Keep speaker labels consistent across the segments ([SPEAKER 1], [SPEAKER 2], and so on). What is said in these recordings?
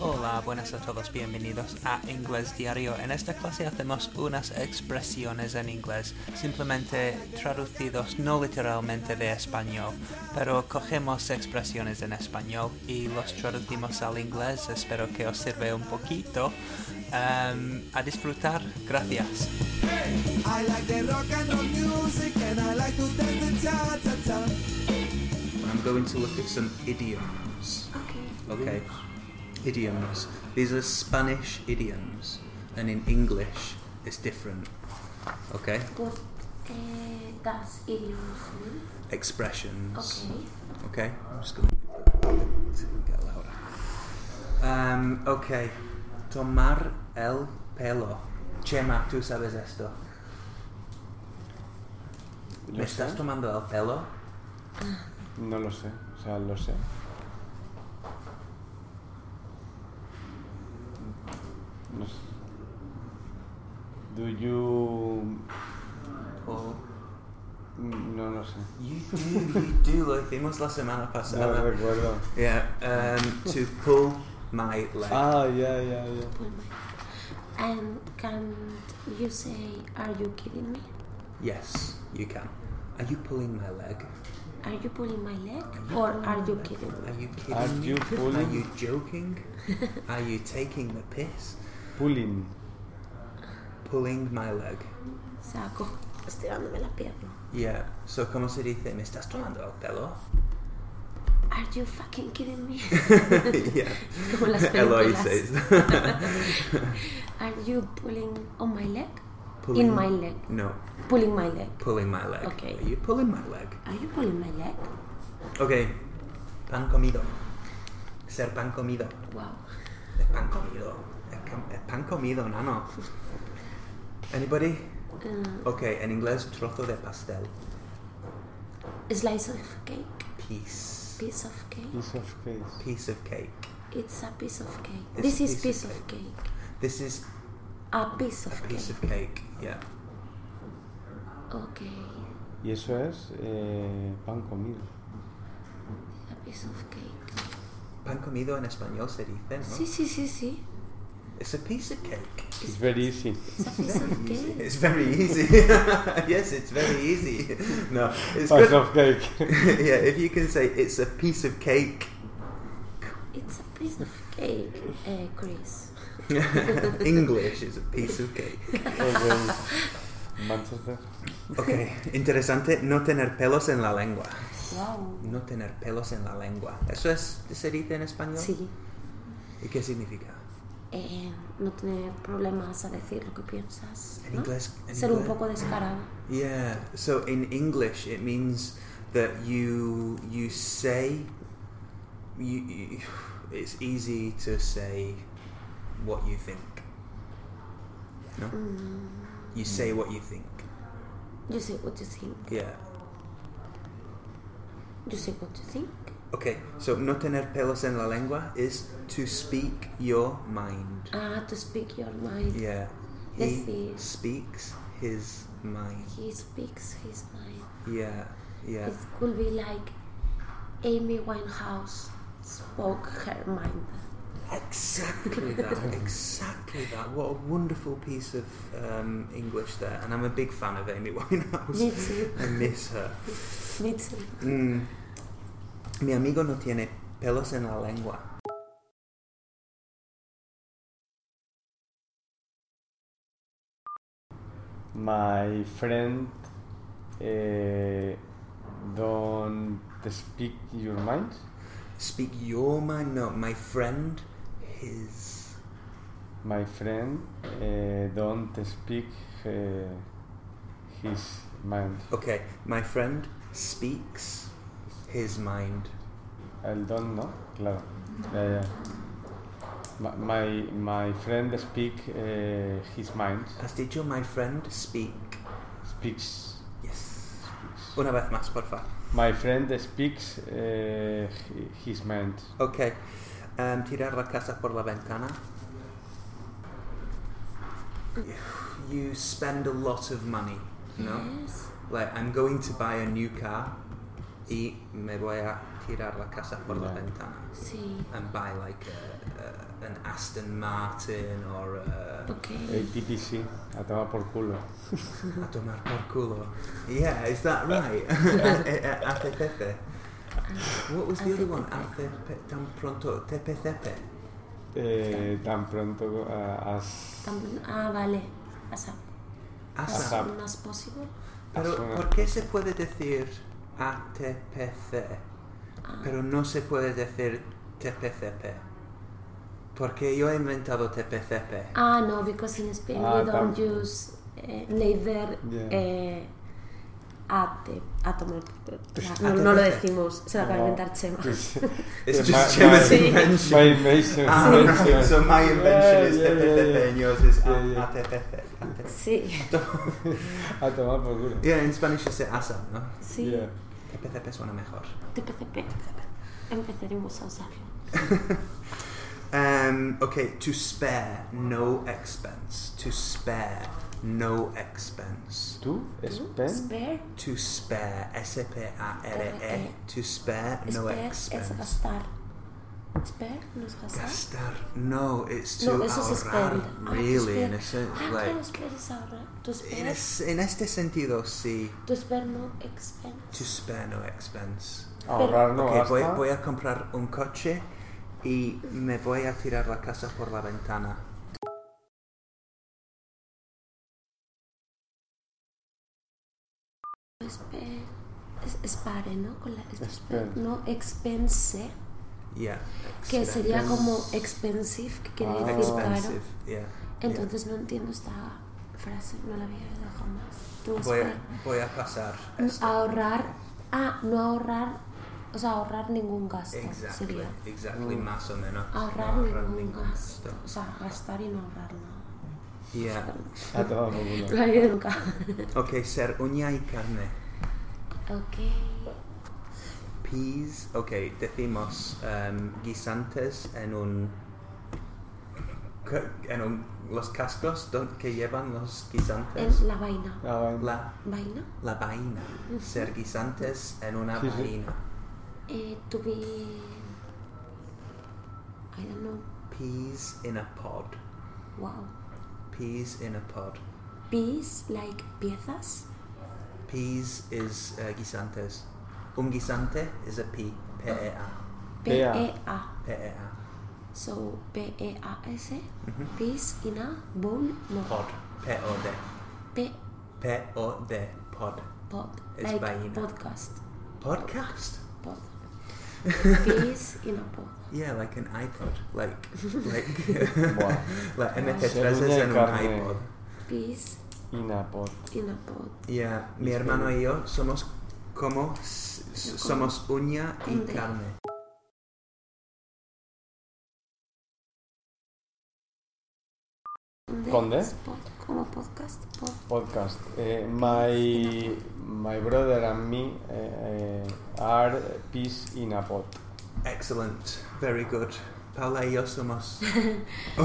[SPEAKER 1] Hola, buenas a todos, bienvenidos a Inglés Diario. En esta clase hacemos unas expresiones en inglés, simplemente traducidos no literalmente de español, pero cogemos expresiones en español y los traducimos al inglés. Espero que os sirve un poquito. Um, a disfrutar, gracias.
[SPEAKER 2] I like the rock and roll music and I like to dance the cha cha cha.
[SPEAKER 3] I'm going to look at some idioms. Okay. Idioms. These are Spanish idioms, and in English, it's different. Okay.
[SPEAKER 4] What uh, does idioms mean?
[SPEAKER 3] Expressions.
[SPEAKER 4] Okay.
[SPEAKER 3] Okay. I'm just going to get louder. Um, okay. Tomar el pelo. Chema, tú sabes esto. ¿Me
[SPEAKER 5] Lo
[SPEAKER 3] estás
[SPEAKER 5] sé.
[SPEAKER 3] tomando el pelo?
[SPEAKER 5] No lo sé, o sea, lo sé. No sé. Do you...
[SPEAKER 3] Or
[SPEAKER 5] No lo sé.
[SPEAKER 3] Oh, you do, you do, lo hicimos la semana
[SPEAKER 5] No
[SPEAKER 3] pasada.
[SPEAKER 5] lo recuerdo.
[SPEAKER 3] Yeah, um, to pull my leg.
[SPEAKER 5] Ah, ya, ya, ya.
[SPEAKER 4] And can you say, are you kidding me?
[SPEAKER 3] Yes, you can. Are you pulling my leg?
[SPEAKER 4] Are you pulling my leg? Or are you kidding me?
[SPEAKER 3] Are you kidding
[SPEAKER 5] Are
[SPEAKER 3] me?
[SPEAKER 5] you
[SPEAKER 3] Are
[SPEAKER 5] pulling-
[SPEAKER 3] you joking? Are you taking the piss?
[SPEAKER 5] Pulling.
[SPEAKER 3] Pulling my leg.
[SPEAKER 4] Saco, estirándome la pierna.
[SPEAKER 3] Yeah, so como se dice, me estás tomando el pelo?
[SPEAKER 4] Are you fucking kidding me?
[SPEAKER 3] yeah.
[SPEAKER 4] Como las
[SPEAKER 3] Eloy
[SPEAKER 4] películas.
[SPEAKER 3] says.
[SPEAKER 4] Are you pulling on my leg?
[SPEAKER 3] Pulling-
[SPEAKER 4] In my leg.
[SPEAKER 3] No,
[SPEAKER 4] Pulling my leg.
[SPEAKER 3] pulling my leg.
[SPEAKER 4] Okay.
[SPEAKER 3] Are you pulling my leg?
[SPEAKER 4] Are you pulling my leg?
[SPEAKER 3] Okay, pan comido. Ser pan comido.
[SPEAKER 4] Wow.
[SPEAKER 3] Es pan comido. Es, com- es pan comido, nano. Anybody?
[SPEAKER 4] Uh,
[SPEAKER 3] Okay, en inglés, trozo de pastel.
[SPEAKER 4] slice of cake.
[SPEAKER 3] Piece.
[SPEAKER 4] Piece of cake.
[SPEAKER 3] Mm.
[SPEAKER 5] Piece of cake.
[SPEAKER 3] Piece of cake.
[SPEAKER 4] It's a piece of cake.
[SPEAKER 3] It's
[SPEAKER 4] this
[SPEAKER 3] a
[SPEAKER 4] is
[SPEAKER 3] piece
[SPEAKER 4] piece
[SPEAKER 3] of
[SPEAKER 4] of cake.
[SPEAKER 3] This is
[SPEAKER 4] A piece of
[SPEAKER 3] a
[SPEAKER 4] cake.
[SPEAKER 3] piece of cake. Yeah.
[SPEAKER 4] Okay.
[SPEAKER 5] Y eso es eh, pan comido.
[SPEAKER 4] A piece of cake.
[SPEAKER 3] Pan comido en español se dice, ¿no?
[SPEAKER 4] Sí, sí, sí, sí.
[SPEAKER 3] It's a piece of cake.
[SPEAKER 5] It's very easy.
[SPEAKER 4] It's a piece of cake.
[SPEAKER 3] It's very easy. yes, it's very easy. No, it's
[SPEAKER 5] Piece
[SPEAKER 3] good.
[SPEAKER 5] of cake.
[SPEAKER 3] yeah, if you can say it's a piece of cake.
[SPEAKER 4] It's a piece of cake, eh, Chris.
[SPEAKER 3] English is a piece of cake.
[SPEAKER 5] Okay. Manchester.
[SPEAKER 3] Okay, interesante no tener pelos en la lengua.
[SPEAKER 4] Wow.
[SPEAKER 3] No tener pelos en la lengua. ¿Eso es, se dice en español?
[SPEAKER 4] Sí.
[SPEAKER 3] ¿Y qué significa?
[SPEAKER 4] Eh, no tener problemas a decir lo que piensas.
[SPEAKER 3] En
[SPEAKER 4] ¿no?
[SPEAKER 3] inglés- en
[SPEAKER 4] Ser
[SPEAKER 3] inglés-
[SPEAKER 4] un poco descarado.
[SPEAKER 3] Yeah. So in English, it means that you you say you, you it's easy to say what you think. No, you say what you think.
[SPEAKER 4] You say what you think.
[SPEAKER 3] Yeah.
[SPEAKER 4] You say what you think.
[SPEAKER 3] Okay. So no tener pelos en la lengua is to speak your mind.
[SPEAKER 4] Ah, to speak your mind.
[SPEAKER 3] Yeah. He
[SPEAKER 4] Decir.
[SPEAKER 3] speaks his mind.
[SPEAKER 4] He speaks his mind.
[SPEAKER 3] Yeah. Yeah.
[SPEAKER 4] It could be like Amy Winehouse spoke her mind.
[SPEAKER 3] Exactly that. exactly that. What a wonderful piece of um, English there, and I'm a big fan of Amy
[SPEAKER 4] Me
[SPEAKER 3] Winehouse.
[SPEAKER 4] too.
[SPEAKER 3] I miss her.
[SPEAKER 4] Me too.
[SPEAKER 3] Mm. Mi amigo no tiene pelos en la lengua.
[SPEAKER 5] My friend eh, don't speak your mind.
[SPEAKER 3] Speak your mind. No, my friend, his.
[SPEAKER 5] My friend eh, don't speak eh, his mind.
[SPEAKER 3] Okay, my friend speaks his mind.
[SPEAKER 5] El don no, claro. Ya, ya. My- My, my friend speak eh, his mind.
[SPEAKER 3] Has dicho my friend speak.
[SPEAKER 5] Speaks.
[SPEAKER 3] Yes.
[SPEAKER 5] speaks.
[SPEAKER 3] Una vez más, por favor.
[SPEAKER 5] My friend speaks eh, hi- his mind.
[SPEAKER 3] Okay. Um, tirar la casa por la ventana. You spend a lot of money, no?
[SPEAKER 4] Yes.
[SPEAKER 3] Like, I'm going to buy a new car. y me voy a tirar la casa por la
[SPEAKER 5] Yeah.
[SPEAKER 3] ventana
[SPEAKER 4] Sí.
[SPEAKER 3] and buy like a, a, an Aston Martin or a,
[SPEAKER 4] Ok.
[SPEAKER 5] ATPC, a tomar por culo.
[SPEAKER 3] a tomar por culo. Yeah, is that right? ATPC. What was the other one? ATP tan pronto TPCP.
[SPEAKER 5] Eh, tan pronto ah, as,
[SPEAKER 4] También, ah, vale. ASAP.
[SPEAKER 3] ASAP.
[SPEAKER 5] ASAP.
[SPEAKER 4] ¿No es posible?
[SPEAKER 3] Pero
[SPEAKER 5] Asuna.
[SPEAKER 3] ¿por qué se puede decir ATPC? Pero no se puede decir TPCP. Porque yo he inventado TPCP.
[SPEAKER 4] Ah, no, because in Spain
[SPEAKER 5] Ah,
[SPEAKER 4] we don't
[SPEAKER 5] tam-
[SPEAKER 4] use eh, neither
[SPEAKER 5] Yeah.
[SPEAKER 4] eh, at, átomo. No, no lo decimos, se la va a
[SPEAKER 5] No.
[SPEAKER 4] inventar Chema.
[SPEAKER 3] It's
[SPEAKER 5] Eh,
[SPEAKER 3] just
[SPEAKER 5] my- my-
[SPEAKER 3] Gemma's invention.
[SPEAKER 5] My invention.
[SPEAKER 3] Ah,
[SPEAKER 5] invention.
[SPEAKER 3] right. So my invention is
[SPEAKER 5] Yeah, yeah,
[SPEAKER 3] TPCP
[SPEAKER 5] yeah, yeah.
[SPEAKER 3] and yours is
[SPEAKER 5] Yeah, yeah.
[SPEAKER 3] ATPC.
[SPEAKER 4] Sí,
[SPEAKER 5] A tomar por culo.
[SPEAKER 3] Yeah, in Spanish you say ASAP, ¿no?
[SPEAKER 4] sí.
[SPEAKER 5] Yeah.
[SPEAKER 3] TPCP suena mejor.
[SPEAKER 4] TPCP. Empezaremos a usarlo.
[SPEAKER 3] Um, okay, to spare, no expense. To spare, no expense.
[SPEAKER 5] ¿Tú? ¿Spend?
[SPEAKER 4] Spare,
[SPEAKER 3] To spare, S-P-A-R-E,
[SPEAKER 4] R-E.
[SPEAKER 3] E to spare, no
[SPEAKER 4] E spare es
[SPEAKER 3] expense.
[SPEAKER 4] gastar. Spare no es gastar.
[SPEAKER 3] Gastar. No, it's to
[SPEAKER 4] No, eso es
[SPEAKER 3] ahorrar,
[SPEAKER 4] spend. Ah, to
[SPEAKER 3] really,
[SPEAKER 4] spare.
[SPEAKER 3] in a sense.
[SPEAKER 4] Ah,
[SPEAKER 3] Like,
[SPEAKER 4] claro, spare es ahorrar. To
[SPEAKER 3] in,
[SPEAKER 4] spare,
[SPEAKER 3] es- in este sentido, sí,
[SPEAKER 4] to spare no expense.
[SPEAKER 3] to spare, no expense.
[SPEAKER 5] Ahorrar no
[SPEAKER 3] Ok, voy,
[SPEAKER 5] basta.
[SPEAKER 3] voy a comprar un coche y me voy a tirar la casa por la ventana.
[SPEAKER 4] Spare, es, spare, ¿no? Con la, es-
[SPEAKER 5] Spare.
[SPEAKER 4] No expense,
[SPEAKER 3] Yeah.
[SPEAKER 4] que sería
[SPEAKER 3] expense.
[SPEAKER 4] como expensive, que quiere
[SPEAKER 5] Ah.
[SPEAKER 4] decir caro.
[SPEAKER 3] Expensive, yeah. yeah.
[SPEAKER 4] Entonces no entiendo esta frase, no la había oído jamás. To
[SPEAKER 3] Voy
[SPEAKER 4] spare.
[SPEAKER 3] a, voy a pasar esto.
[SPEAKER 4] Ahorrar, ah, no ahorrar, o sea, ahorrar ningún gasto
[SPEAKER 3] Exactly,
[SPEAKER 4] sería.
[SPEAKER 3] exactly, más o menos.
[SPEAKER 4] Ahorrar
[SPEAKER 3] No
[SPEAKER 4] ningún
[SPEAKER 3] ningún
[SPEAKER 4] gasto. O sea, gastar y no ahorrar nada.
[SPEAKER 3] Yeah.
[SPEAKER 5] A tomar por culo.
[SPEAKER 4] La vida nunca.
[SPEAKER 3] Ok, ser uña y carne.
[SPEAKER 4] ok.
[SPEAKER 3] Peas, ok, decimos um, guisantes en un... en un, los cascos don- que llevan los guisantes.
[SPEAKER 4] En la vaina.
[SPEAKER 5] La vaina.
[SPEAKER 3] La,
[SPEAKER 4] ¿Vaina?
[SPEAKER 3] la vaina. Ser guisantes en una
[SPEAKER 5] Sí, sí.
[SPEAKER 3] vaina.
[SPEAKER 4] Eh, to be. I don't know.
[SPEAKER 3] Peas in a pod.
[SPEAKER 4] Wow.
[SPEAKER 3] Peas in a pod.
[SPEAKER 4] Piece, like piezas.
[SPEAKER 3] Peas is uh, guisantes. Un guisante is a pea. P-E-A.
[SPEAKER 5] Pea.
[SPEAKER 3] E
[SPEAKER 4] P-E-A.
[SPEAKER 3] P-E-A.
[SPEAKER 4] E So, P-E-A-S. Piece in a bowl. No.
[SPEAKER 3] Pod. P-O-D.
[SPEAKER 4] P.
[SPEAKER 3] P-O-D. Pod.
[SPEAKER 4] Pod.
[SPEAKER 3] Es
[SPEAKER 4] like
[SPEAKER 3] vaina.
[SPEAKER 4] podcast.
[SPEAKER 3] Podcast?
[SPEAKER 4] Pod. Piece in a pod.
[SPEAKER 3] Yeah, like an iPod. Like, like,
[SPEAKER 5] Buah.
[SPEAKER 3] like MP3
[SPEAKER 5] Ser uña
[SPEAKER 3] es
[SPEAKER 5] y
[SPEAKER 3] en un
[SPEAKER 5] carne.
[SPEAKER 3] iPod.
[SPEAKER 4] Piece
[SPEAKER 5] Inapod.
[SPEAKER 4] in a pod.
[SPEAKER 3] Yeah, mi hermano y yo somos como, s- s- somos uña y
[SPEAKER 4] Con D.
[SPEAKER 3] carne.
[SPEAKER 4] ¿Dónde
[SPEAKER 5] ¿Con D?
[SPEAKER 4] es pod- Como podcast. Pod.
[SPEAKER 5] Podcast. Eh, my, my brother and me eh, eh, are peace in a pod.
[SPEAKER 3] Excellent. Very good. Paula y yo somos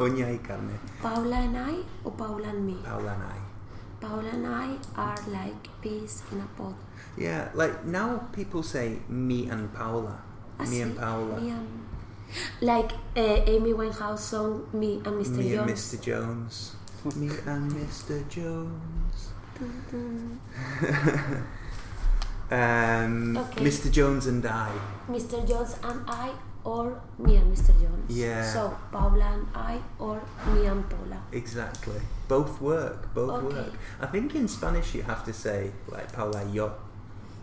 [SPEAKER 3] uña y carne.
[SPEAKER 4] Paula and I o Paula and me.
[SPEAKER 3] Paula and I.
[SPEAKER 4] Paula and I are like peas in a pod.
[SPEAKER 3] Yeah, like now people say me and Paula.
[SPEAKER 4] Ah,
[SPEAKER 3] me and
[SPEAKER 4] sí,
[SPEAKER 3] Paula.
[SPEAKER 4] me and- Like eh, Amy Winehouse song Me and Mr.
[SPEAKER 3] Me and
[SPEAKER 4] Jones.
[SPEAKER 3] Mr. Jones. Me and Mr. Jones.
[SPEAKER 4] Dun, dun.
[SPEAKER 3] Um,
[SPEAKER 4] Okay.
[SPEAKER 3] Mr. Jones and I.
[SPEAKER 4] Mr. Jones and I or me and Mr. Jones.
[SPEAKER 3] Yeah.
[SPEAKER 4] So Paula and I or me and Paula.
[SPEAKER 3] Exactly. Both work. Both
[SPEAKER 4] Okay.
[SPEAKER 3] work. I think in Spanish you have to say like Paula y yo.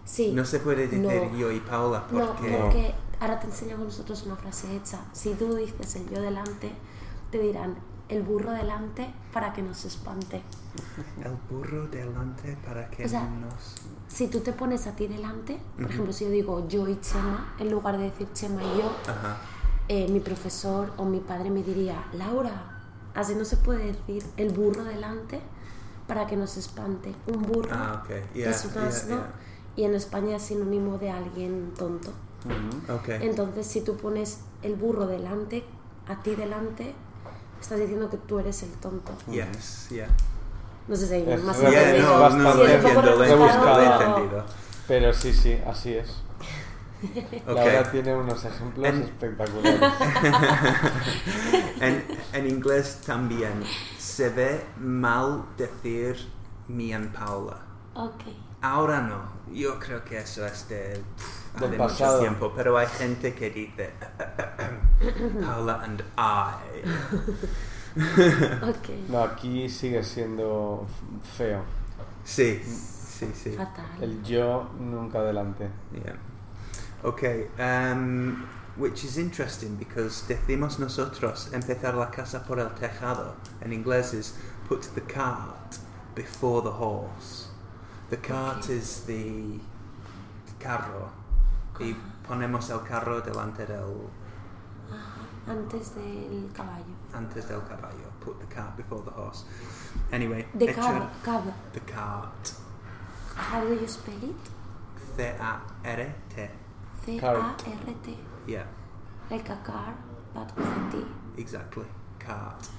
[SPEAKER 4] Sí.
[SPEAKER 3] No se puede decir
[SPEAKER 4] No.
[SPEAKER 3] yo y Paula
[SPEAKER 4] No,
[SPEAKER 3] porque
[SPEAKER 4] porque ahora te enseñamos nosotros una frase hecha. Si tú dices el yo delante, te dirán el burro delante para que no se espante.
[SPEAKER 3] el burro delante para que
[SPEAKER 4] O sea,
[SPEAKER 3] nos.
[SPEAKER 4] Si tú te pones a ti delante, por ejemplo, si yo digo yo y Chema, en lugar de decir Chema y yo,
[SPEAKER 3] Ajá.
[SPEAKER 4] eh, mi profesor o mi padre me diría, Laura, así no se puede decir el burro delante para que nos espante. Un burro
[SPEAKER 3] Ah, okay. Yeah,
[SPEAKER 4] es un
[SPEAKER 3] yeah,
[SPEAKER 4] asno y en España es sinónimo de alguien tonto.
[SPEAKER 3] yeah. Okay.
[SPEAKER 4] Entonces, si tú pones el burro delante, a ti delante, estás diciendo que tú eres el tonto.
[SPEAKER 3] yes. Yeah.
[SPEAKER 4] No sé si hay
[SPEAKER 5] Es
[SPEAKER 4] más
[SPEAKER 5] Pero
[SPEAKER 3] Yeah,
[SPEAKER 5] es
[SPEAKER 4] entendido.
[SPEAKER 3] no, no,
[SPEAKER 5] bastante
[SPEAKER 3] lo
[SPEAKER 4] Sí, es un poco
[SPEAKER 3] entiendo, lo he entendido,
[SPEAKER 5] rebuscado.
[SPEAKER 3] lo he
[SPEAKER 4] rebuscado.
[SPEAKER 3] entendido.
[SPEAKER 5] Pero sí, sí, así es. Laura
[SPEAKER 3] Okay.
[SPEAKER 5] tiene unos ejemplos
[SPEAKER 3] En-
[SPEAKER 5] espectaculares.
[SPEAKER 3] en, en inglés también se ve mal decir mi en Paula.
[SPEAKER 4] Ok.
[SPEAKER 3] Ahora no. Yo creo que eso es de, pff,
[SPEAKER 5] Del
[SPEAKER 3] hace
[SPEAKER 5] pasado.
[SPEAKER 3] mucho tiempo. Pero hay gente que dice Paula and I.
[SPEAKER 4] Ok.
[SPEAKER 5] No, aquí sigue siendo f- feo.
[SPEAKER 3] Sí, sí, sí.
[SPEAKER 4] Fatal.
[SPEAKER 5] El yo nunca adelante.
[SPEAKER 3] Yeah. Okay. Um, which is interesting because decimos nosotros empezar la casa por el tejado. In English is put the cart before the horse. The cart
[SPEAKER 4] Okay.
[SPEAKER 3] is the carro. Y ponemos el carro delante del
[SPEAKER 4] Ajá, Antes del caballo.
[SPEAKER 3] antes del caballo. Put the cart before the horse. Anyway,
[SPEAKER 4] De
[SPEAKER 3] echar-
[SPEAKER 4] cabo, cabo.
[SPEAKER 3] the cart.
[SPEAKER 4] How do you spell it?
[SPEAKER 3] C A R T.
[SPEAKER 5] Carrot.
[SPEAKER 4] C-A-R-T.
[SPEAKER 3] Yeah.
[SPEAKER 4] Like a car, but with a T.
[SPEAKER 3] Exactly. Cart.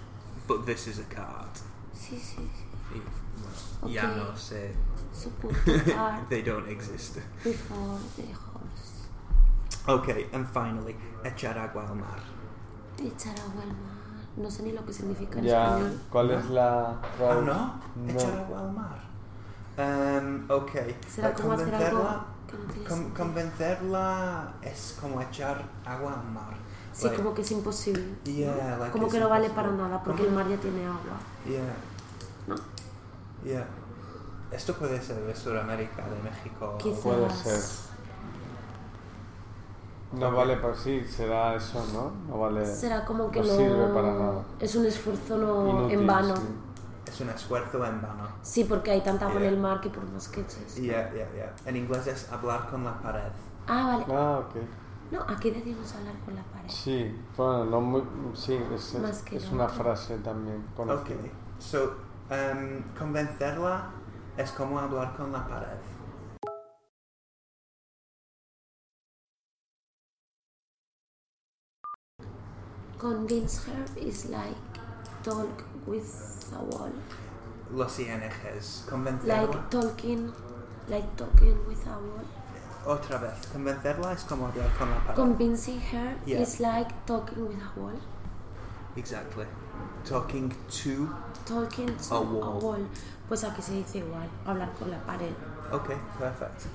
[SPEAKER 3] But this is a cart.
[SPEAKER 4] Sí, sí, sí.
[SPEAKER 3] Y- well,
[SPEAKER 4] Okay.
[SPEAKER 3] Yeah, no sé.
[SPEAKER 4] So put the car
[SPEAKER 3] they don't exist.
[SPEAKER 4] before the horse.
[SPEAKER 3] Okay, and finally, echar agua al mar.
[SPEAKER 4] Echar agua al mar. No sé ni lo que significa en
[SPEAKER 5] Ya,
[SPEAKER 4] español.
[SPEAKER 5] ¿cuál es la
[SPEAKER 3] Oh
[SPEAKER 5] cuál-
[SPEAKER 3] no, echar agua al mar. Um, okay.
[SPEAKER 4] Será
[SPEAKER 3] like
[SPEAKER 4] como hacer algo
[SPEAKER 3] convencerla,
[SPEAKER 4] que no tiene
[SPEAKER 3] con-
[SPEAKER 4] sentido.
[SPEAKER 3] convencerla es como echar agua al mar.
[SPEAKER 4] Sí,
[SPEAKER 3] Like,
[SPEAKER 4] como que es imposible.
[SPEAKER 3] yeah, like
[SPEAKER 4] Como
[SPEAKER 3] it's
[SPEAKER 4] que no vale para
[SPEAKER 3] impossible.
[SPEAKER 4] nada porque el
[SPEAKER 3] Como-
[SPEAKER 4] mar ya tiene agua.
[SPEAKER 3] Yeah.
[SPEAKER 4] No.
[SPEAKER 3] Yeah. Esto puede ser de Sudamérica, de México.
[SPEAKER 4] Quizás.
[SPEAKER 5] Puede ser. No vale por sí, será eso, ¿no? No vale.
[SPEAKER 4] Será como que
[SPEAKER 5] No
[SPEAKER 4] no,
[SPEAKER 5] sirve para nada.
[SPEAKER 4] es un esfuerzo no
[SPEAKER 5] inútil,
[SPEAKER 4] en vano.
[SPEAKER 5] sí. Eh,
[SPEAKER 3] Es un esfuerzo en vano.
[SPEAKER 4] Sí, porque hay tanta agua en
[SPEAKER 3] Yeah.
[SPEAKER 4] el mar que por más que eches.
[SPEAKER 3] Yeah, yeah, yeah. En inglés es hablar con la pared.
[SPEAKER 4] Ah, vale.
[SPEAKER 5] Ah, ok.
[SPEAKER 4] No, aquí decimos hablar con la pared.
[SPEAKER 5] Sí, bueno, no muy, sí, es, es-
[SPEAKER 4] Más que
[SPEAKER 5] es
[SPEAKER 4] nada.
[SPEAKER 5] una frase también conocida.
[SPEAKER 3] Okay. So, um, convencerla es como hablar con la pared.
[SPEAKER 4] Convince her is like talk with a wall.
[SPEAKER 3] Los INGs. Convencerla.
[SPEAKER 4] Like talking, like talking with a wall.
[SPEAKER 3] Otra vez. Convencerla es como hablar con la pared.
[SPEAKER 4] Convincing her
[SPEAKER 3] Yeah.
[SPEAKER 4] is like talking with a wall.
[SPEAKER 3] exactly. Talking to.
[SPEAKER 4] Talking to
[SPEAKER 3] A
[SPEAKER 4] a
[SPEAKER 3] wall.
[SPEAKER 4] wall. Pues aquí se dice igual, hablar con la pared.
[SPEAKER 3] Okay, perfect.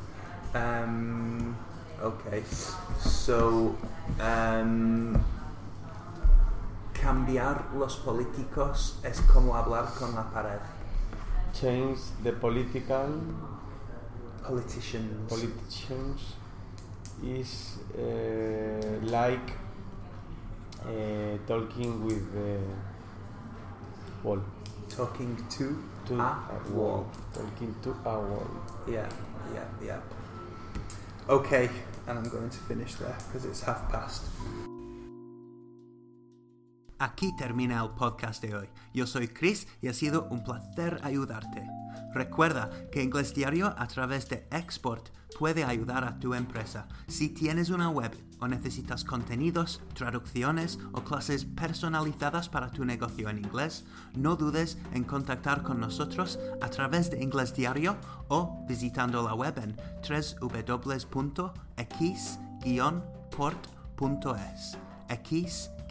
[SPEAKER 3] Um, okay. So, um, cambiar los políticos es como hablar con la pared.
[SPEAKER 5] Change the political
[SPEAKER 3] Politicians.
[SPEAKER 5] politicians is eh, like eh, talking with the wall.
[SPEAKER 3] talking to,
[SPEAKER 5] To
[SPEAKER 3] a wall.
[SPEAKER 5] Talking to a wall.
[SPEAKER 3] Yeah, yeah, yeah. Okay, and I'm going to finish there because it's half past. Aquí termina el podcast de hoy. Yo soy Chris y ha sido un placer ayudarte. Recuerda que Inglés Diario a través de Export puede ayudar a tu empresa. Si tienes una web o necesitas contenidos, traducciones o clases personalizadas para tu negocio en inglés, no dudes en contactar con nosotros a través de Inglés Diario o visitando la web en www.x-port.es. X-port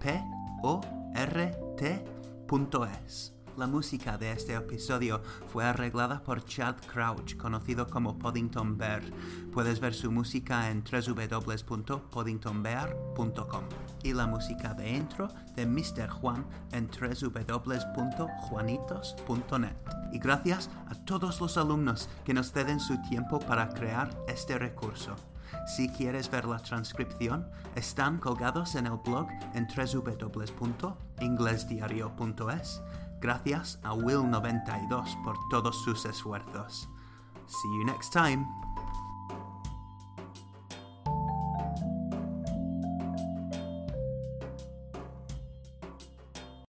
[SPEAKER 3] p o r t.es. La música de este episodio fue arreglada por Chad Crouch, conocido como Poddington Bear. Puedes ver su música en www.poddingtonbear.com y la música de intro de Mr. Juan en www.juanitos.net. Y gracias a todos los alumnos que nos ceden su tiempo para crear este recurso. Si quieres ver la transcripción, están colgados en el blog en www.inglesdiario.es. Gracias a Will92 por todos sus esfuerzos. See you next time.